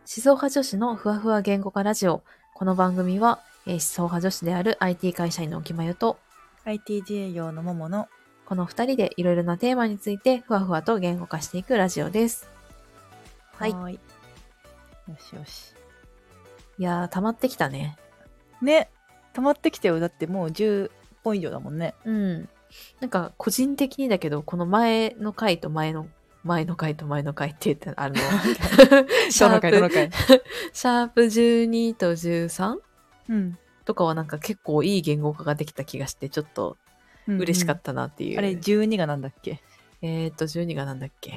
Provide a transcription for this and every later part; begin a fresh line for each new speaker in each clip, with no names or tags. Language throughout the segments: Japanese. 思想派女子のふわふわ言語化ラジオ。この番組は、えー思想派女子である IT 会社員のおきまよと、
IT 自営業のももの
この二人でいろいろなテーマについてふわふわと言語化していくラジオです。はい
ーいよしよし
いやー、溜まってきたね。
ね溜まってきたよだってもう10本以上だもんね
うん。なんか、個人的にだけど、この前の回と前の、前の回と前の回って言 った あの、シャープ
どの回どの回
シャープ12と 13?
うん
とかはなんか結構いい言語化ができた気がして、ちょっと
うん
嬉しかったなっていう。
あれ12がなんだっけ
えー、っと、12がなんだっ け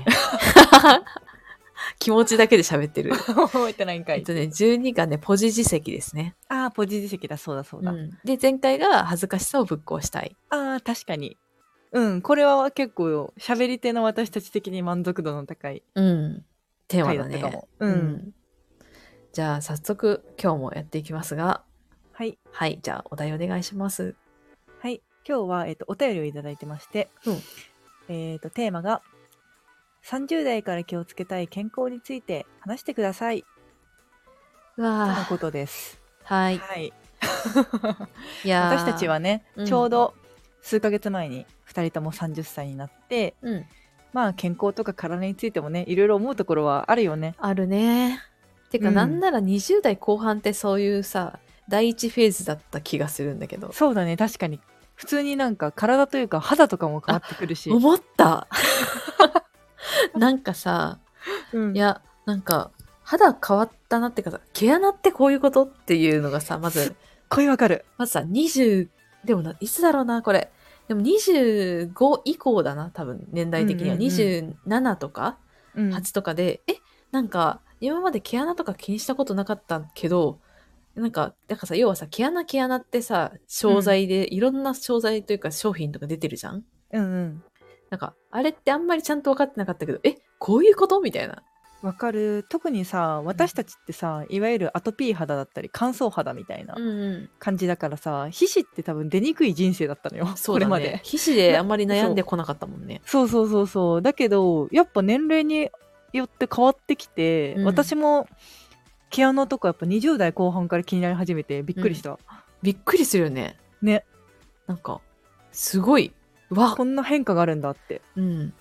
気持ちだけで喋ってる。
覚えてないんか
えっとね、12がね、ポジ自責ですね。
ああポジ自責だそうだそうだ、
うんで、前回が恥ずかしさをぶっ壊したい。
ああ確かにうんこれは結構喋り手の私たち的に満足度の高い
うん。テーマ
回だ
だ
った
ね。
かも、うん、
じゃあ、早速、今日もやっていきますが、
はい
はい、じゃあ、お題お願いします。
はい今日は、えっとお便りをいただいてまして、
うん
えっとテーマが30代から気をつけたい健康について話してくださいとの
わ
ことです。
あ、はい。
はい、
いやー
私たち、はね、
うん
ちょうど数ヶ月前に2人とも30歳になって、
うん、
まあ健康とか体についてもねいろいろ思うところはあるよね。
あるね。てか、
うん
なんなら20代後半ってそういうさ、第一フェーズだった気がするんだけど。
そうだね確かに普通になんか体というか肌とかも変わってくるし、
思った なんかさ、
うん
いや、なんか、肌変わったなってかさ、毛穴ってこういうことっていうのがさ、ま ず、
恋わかる。
まずさ、20、でもな、いつだろうな、これ。でも25以降だな、多分、年代的には。
うんうんうん
27とか
うん
8とかで、え、なんか、今まで毛穴とか気にしたことなかったけど、なんか、だからさ、要はさ、毛穴毛穴ってさ、商材で、いろんな商材というか商品とか出てるじゃん
うんうん
なんか、あれってあんまりちゃんと分かってなかったけど、え、こういうことみたいな。
わかる特にさ私たちってさいわゆるアトピー肌だったり乾燥肌みたいな
うん、
感じだからさ皮脂って多分出にくい人生だったのよ、
そ
こ
う
れ
だ
ま
ね
で。
皮脂であんまり悩ん でこなかったもんね。
そうそうそうそうだけどやっぱ年齢によって変わってきて、
うん
私も毛穴とかやっぱ20代後半から気になり始めてびっくりした、
びっくりするよね。
ね
なんか、すごい。わ
こ、んな変化があるんだって
うん。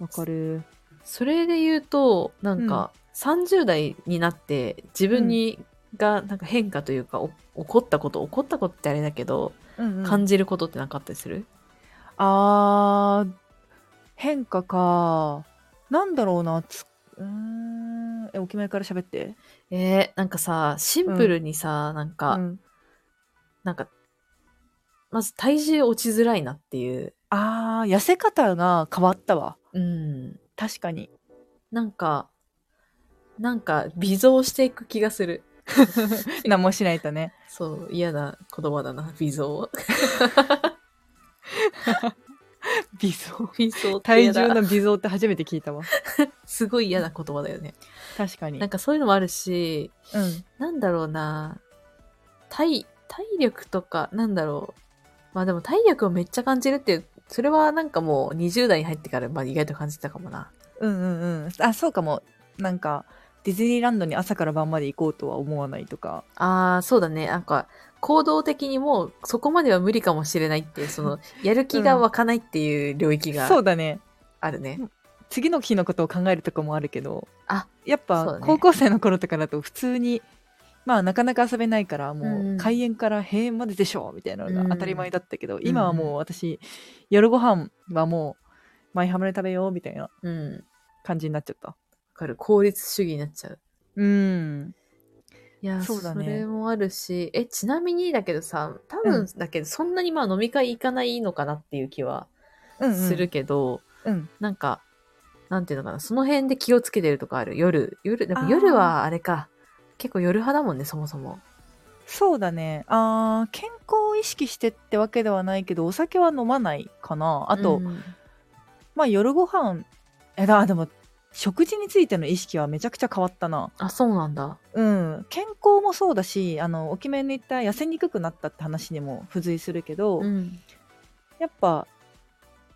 わかる
それで言うと、なんか、30代になって自分に、がなんか変化というかお起こったこと起こったことってあれだけど、
うんうん
感じることってなかったりする
あー変化かなんだろうなつうーんえお決まりから喋って
えー、なんかさシンプルにさ、なんか、
うん
なんかまず体重落ちづらいなっていう、
あー痩せ方が変わったわ
うん、
確かに
なんか、なんか微増していく気がする。
何もしないとね
そう、嫌な言葉だな、 微増。
微増
微増って
体
嫌だ
重の微増って初めて聞いたわ
すごい嫌な言葉だよね。
確かに
なんかそういうのもあるし、
うん
なんだろうな、体、体力とか、なんだろう。まあでも体力をめっちゃ感じるっていう、それはなんかもう20代に入ってから、まあ意外と感じたかもな。
うんうんうんあそうかもなんかディズニーランドに朝から晩まで行こうとは思わないとか
ああ、そうだね。なんか、行動的にもうそこまでは無理かもしれないっていう、そ の、やる気が湧かないっていう領域が
そうだね
あるね。
次の日のことを考えるとかもあるけど
あ
やっ
そう
ぱ
だね
高校生の頃とかだと普通に、まあなかなか遊べないから
うんう
も
ん
う開園から閉園まででしょみたいなのが当たり前だったけど、今は
うんう
もう私夜ご飯はもうマイハムで食べようみたいな
うん。わ
感じになっちゃった
かる。効率主義になっちゃう。
うん
いやー、
そうだね
それもあるし、え、ちなみにだけどさ、多分だけど、そんなにまあ飲み会行かないのかなっていう気は
うんうん
するけど、
うん
なんか、なんていうのかな、その辺で気をつけてるとかある。夜、夜、で
あ
も
ー
夜はあれか、結構夜派だもんね、そもそも。
そうだねあー健康を意識してってわけではないけどお酒は飲まないかなあと、
うん
まあ夜ご飯えだでも食事についての意識はめちゃくちゃ変わったな
あ、そうなんだ。
うん健康もそうだしあのお決めに言った痩せにくくなったって話にも付随するけど、
うん。
やっぱ、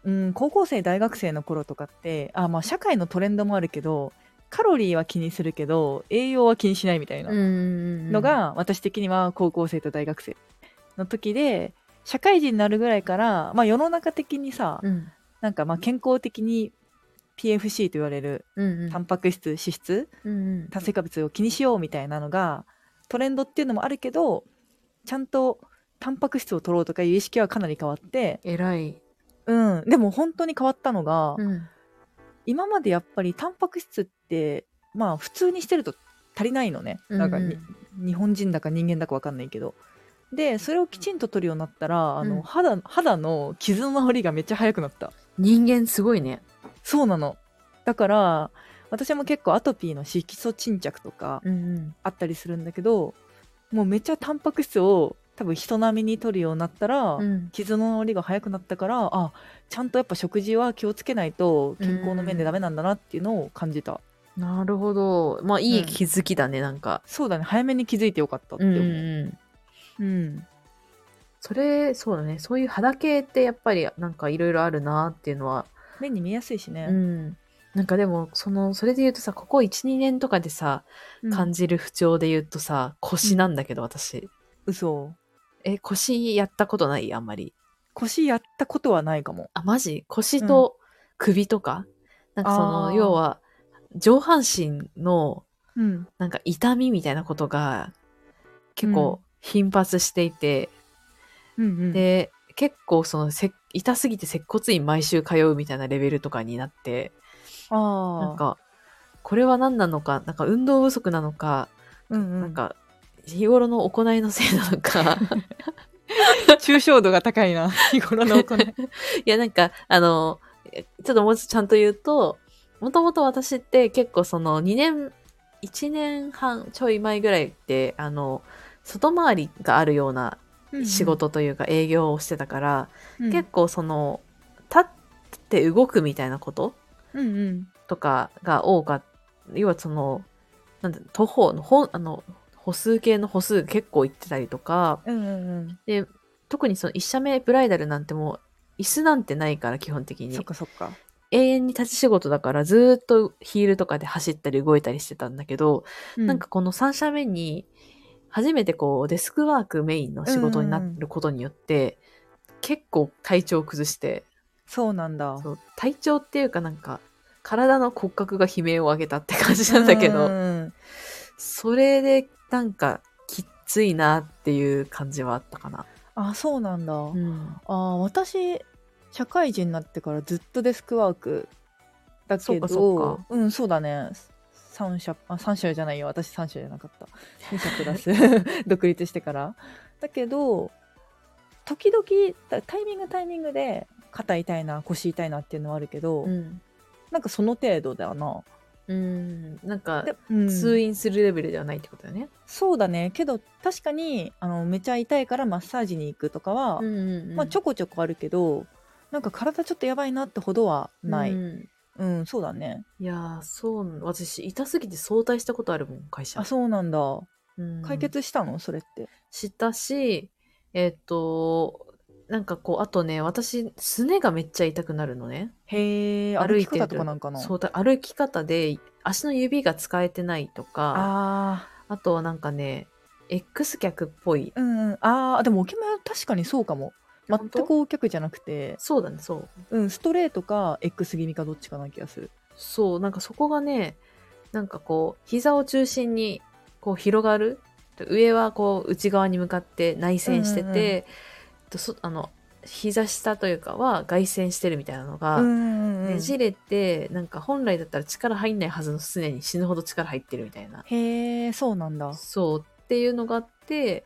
うん、高校生大学生の頃とかってあまあ社会のトレンドもあるけど家カロリーは気にするけど栄養は気にしないみたいな
うん
の、が、私的には高校生と大学生の時で社会人になるぐらいから、まあ、世の中的にさ、
うん
なんかまあ健康的に PFC と言われる
うんうん
タンパク質脂質
うん
炭水化物を気にしようみたいなのがトレンドっていうのもあるけどちゃんとタンパク質を取ろうとかいう意識はかなり変わって、
偉い、
うん、でも本当に変わったのが、
うん
今までやっぱりタンパク質ってまあ普通にしてると足りないのねなんかに、日本人だか人間だか分かんないけどでそれをきちんと取るようになったらあの、
うん
肌肌の傷の治りがめっちゃ早くなった
人間すごいね
そうなのだから私も結構アトピーの色素沈着とか
うんうん
あったりするんだけどもうめっちゃタンパク質を多分人並みに取るようになったら、
うん
傷の治りが早くなったからあちゃんとやっぱ食事は気をつけないと健康の面でダメなんだなっていうのを感じた、
なるほどまあいい
うん
気づきだね、なんか
そうだね早めに気づいてよかったって
うん
思
う
う、
んうん
うん
それそうだねそういう肌系ってやっぱりなんかいろいろあるなっていうのは
目に見やすいしね、
うんなんかでもそのそれで言うとさここ12年とかでさ
うん
感じる不調で言うとさ、腰なんだけど私
嘘
え腰やったことないあんまり
腰やったことはないかも
あマジ腰と首とか、なんかそ
あ
の
ー
要は上半身の
うん
なんか痛みみたいなことが結構頻発していて、
うんうん
で結構そのせ痛すぎて接骨院毎週通うみたいなレベルとかになって
あ
なんかこれは何なのかなんか運動不足なのか、
うんうん
なんか日頃の行いのせいなの か
抽象度が高 いな日頃の行い
いやなんかあのちょっともうちょっとちゃんと言うともともと私って結構その2年1年半ちょい前ぐらいってあの外回りがあるような仕、事というか営業をしてたから、
うんうん
結構その立って動くみたいなこと
うんうん
とかが多かった要はそのなんて徒歩のほあの歩数系の歩数結構行ってたりとか
うんうん
で特にその1社目ブライダルなんてもう椅子なんてないから基本的
うんそっ
に
かそっか
永遠に立ち仕事だからずーっとヒールとかで走ったり動いたりしてたんだけど、なんかこの3社目に初めてこうデスクワークメインの仕事になることによって、結構体調を崩して
そうなんだ
そう体調っていうかなんか体の骨格が悲鳴を上げたって感じなんだけど、
うんうん
それでなんかきっついなっていう感じはあったかな。
あそうなんだ、
うん、
あー私社会人になってからずっとデスクワークだ
そ
け
っ
ど
かそっか
うんそうだね3社あ3社じゃないよ私3社じゃな かった2社プラス 独立してからだけど時々たタイミングタイミングで肩痛いな腰痛いなっていうのはあるけど、
うん
なんかその程度だな
うん、なんか
で、うん
通院するレベルではないってことだよね。
そうだねけど確かにあのめちゃ痛いからマッサージに行くとかは、まあ、ちょ
ょ
こちょこあるけどなんか体ちょっとやばいなってほどはない、うん、そうだね。
いやーそう私痛すぎて早退したことあるもん会社
あ、そうなんだ。
うん
解決したの、それって。
したしえっ、となんかこうあとね私すねがめっちゃ痛くなるのね。
へえ、
歩
歩
い
き
て
方
る
とかなんかな。
そうだ歩き方で足の指が使えてないとかあ
あ
とはなんかね X 脚っぽい
あ、うんうん、ああ、でもおけめは確かにそうかも。全
本当
くお客じゃなくて、
そうだねそう
うん、ストレートか X 気味かどっちかな気がする。
そうなんかそこがねなんかこう膝を中心にこう広がる上はこう内側に向かって内旋して
うんうんうん
て、とそあの膝下というかは外旋してるみたいなのが、
ん
ねじれてなんか本来だったら力入んないはずのすねに死ぬほど力入ってるみたいな
へえ、そうなんだ。
そうっていうのがあって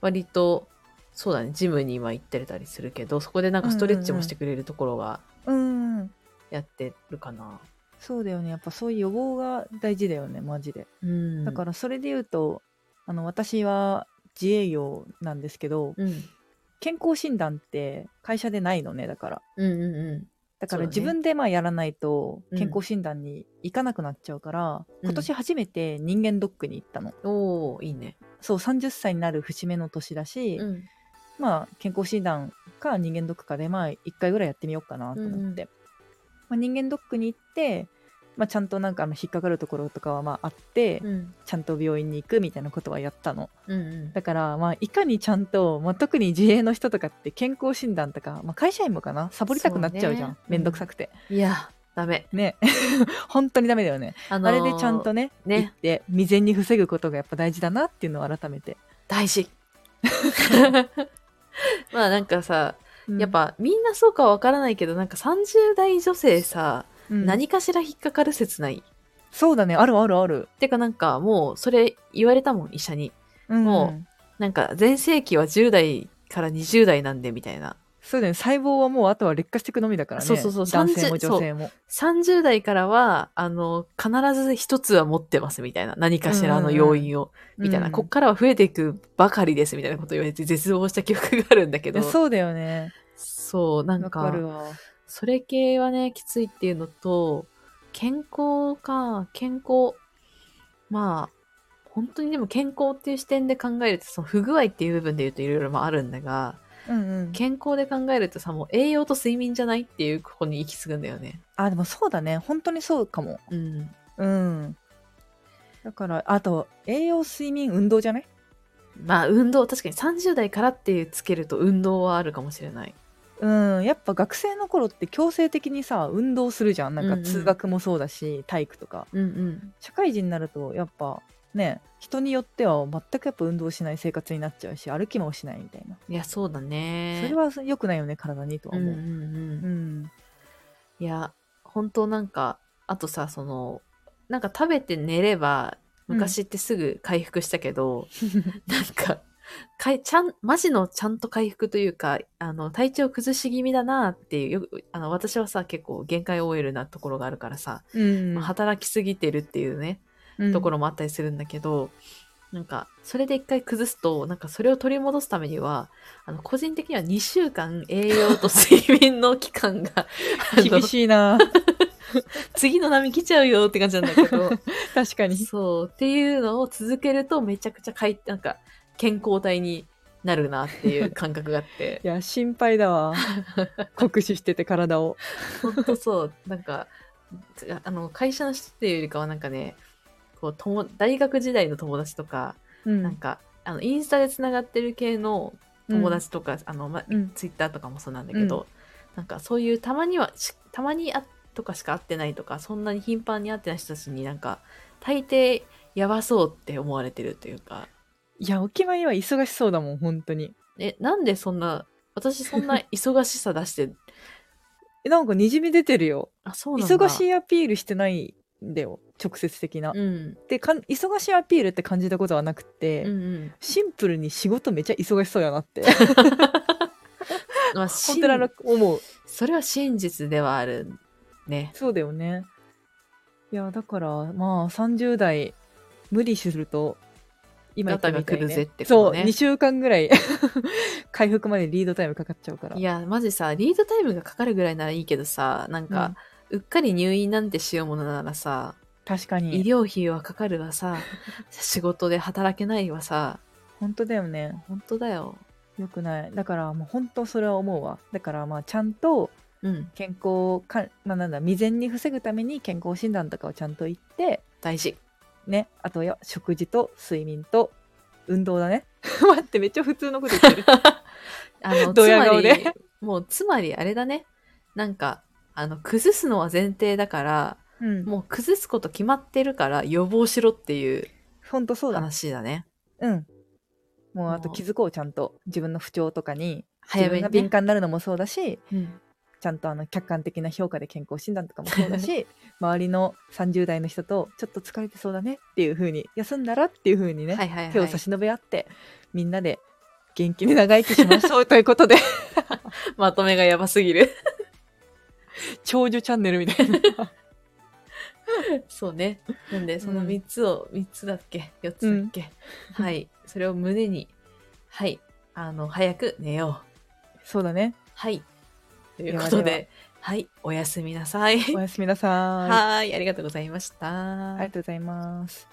割とそうだねジムに今行ってたりするけどそこでなんかストレッチもしてくれるところが
うんうん、
やってるかな。
そうだよね。やっぱそういう予防が大事だよね、マジで。
うん、
だからそれで言うと、あの、私は自営業なんですけど、
うん、
健康診断って会社でないのね、だから。
うんうんう
だ
そ
か
う
ら
だね
自分でまあやらないと
うん
健康診断に行かなくなっちゃうから、
うん
今年初めて人間ドックに行ったの
んおーいいね。
そう30歳になる節目の年だし、
ん
まあ健康診断か人間ドックかでまあ1回ぐらいやってみようかなと思って、まあ、人間ドックに行ってまあ、ちゃんとなんかあの引っかかるところとかはまああって、
うん
ちゃんと病院に行くみたいなことはやったの
うんうん
だからまあいかにちゃんと、まあ、特に自営の人とかって健康診断とか、まあ、会社員もかなサボりたくなっちゃうじ
そ
ゃ
うんね
めんどくさくて、
いやダメ、
ね 本当にダメだよね、
あのー
あれでちゃんとね
ね
行って未然に防ぐことがやっぱ大事だなっていうのを改めて、
大事 まあなんかさ
うん
やっ、ぱみんなそうかわからないけどなんか30代女性さ、
うん
何かしら引っかかる説ない
そうだねあるあるある、
てかなんかもうそれ言われたもん医者に
うん
もなんか全盛期は10代から20代なんでみたいな
そうだよね細胞はもうあとは劣化していくのみだからね
そうそうそう
男性も
30
女性も
30代からはあの必ず一つは持ってますみたいな何かしらの要因を、みたいな、
うん
こっからは増えていくばかりですみたいなことを言われて絶望した記憶があるんだけ
い や
ど
そうだよね
そうなん
わか
か
るわ
それ系はねきついっていうのと健康か健康まあ本当にでも健康っていう視点で考えるとその不具合っていう部分で言うといろいろまああるんだが
うんうん
健康で考えるとさもう栄養と睡眠じゃないっていうここに行き着くんだよね
あでもそうだね本当にそうかも
うん
うんだからあと栄養睡眠運動じゃない
まあ運動確かに30代からっていうつけると運動はあるかもしれない
うんやっぱ学生の頃って強制的にさ運動するじゃんなん
うんう
か
ん
通学もそうだし、体育とか
うんうん
社会人になるとやっぱね人によっては全くやっぱ運動しない生活になっちゃうし歩きもしないみたいな、
いやそうだね
それは良くないよね体にとは
うんう
思
ん
う
うん
うん
いや本当なんかあとさそのなんか食べて寝れば
うん
昔ってすぐ回復したけど、なんかかいちゃんマジのちゃんと回復というかあの体調崩し気味だなっていうよくあの私はさ結構限界 OL なところがあるからさ、
うん
まあ働きすぎてるっていうねところもあったりするんだけど、なんかそれで一回崩すとなんかそれを取り戻すためにはあの個人的には2週間栄養と睡眠の期間 があ の
厳しいな
次の波来ちゃうよって感じなんだけ ど
確かに
そうっていうのを続けるとめちゃくちゃかいなんか健康体になるなっていう感覚があって
いや心配 だわ酷使してて体を
ほんとそうなんかあの会社の人っていうよりかはなんかねこう友大学時代の友達とか、
うん
なんかあのインスタでつながってる系の友達とか、あのま、
うん
ツイッターとかもそうなんだけど、
う
なんかそういうたまにはしたまにあとかしか会ってないとかそんなに頻繁に会ってない人たちになんか大抵やばそうって思われてるというか
いやお決まりは忙しそうだもん本当に
えなんでそんな私そんな忙しさ出して
えなんかにじみ出てるよ
あそうなんだ
忙し
い
いアピールしてないんだよ直接的な、
うん
でかん忙しいアピールって感じたことはなくて、
うんうん
シンプルに仕事めちゃ忙しそうやなって
まあ
本当にあの
真
思う
それは真実ではあるね
そうだよねいやだからまあ30代無理すると今言ったみたい
ガタが来る
に
ぜってこ
そ
と
う
ね
2週間ぐらい 回復までリードタイムかかっちゃうから
いやマジさリードタイムがかかるぐらいならいいけどさなんか、うっかり入院なんてしようものならさ
確か
医
に
療費はかかるわ さ仕事で働けないわさ
本当だよね
本当だよ
よくないだからもう本当それは思うわだからまあちゃんと
うん
健康か、まあ、なんだ未然に防ぐために健康診断とかをちゃんと行って
大事
ねあとよ食事と睡眠と運動だね 待ってめっちゃ普通のこと言ってる
あの
ド
つ
ヤ
ま
顔
り
で
もうつまりあれだねなんかあの崩すのは前提だから
うんもう
もう崩すこと決まってるから予防しろっていう
本当そうだ
話だね
うんもうあと
もう
気づこうちゃんと自分の不調とかに
早
自
め
分が
に
敏
ね、
感になるのもそうだし
うん
ちゃんとあの客観的な評価で健康診断とかもそうだし 周りの30代の人とちょっと疲れてそうだねっていう風に休んだらっていう風にね、
はいはい
手
は
を
い
差し伸べ合ってみんなで元気に長生きしましょうという ことで
まとめがやばすぎ る
長寿チャンネルみたいな
そうねなんでその
うん
3つを、三3つだっけ4つだっけ、はいそれを胸にはいあの早く寝よう
そうだね
はい。とい
で
う
は
ことで、
で
はい、おやすみなさい。
おやすみなさい
はーい、ありがとうございました。
ありがとうございます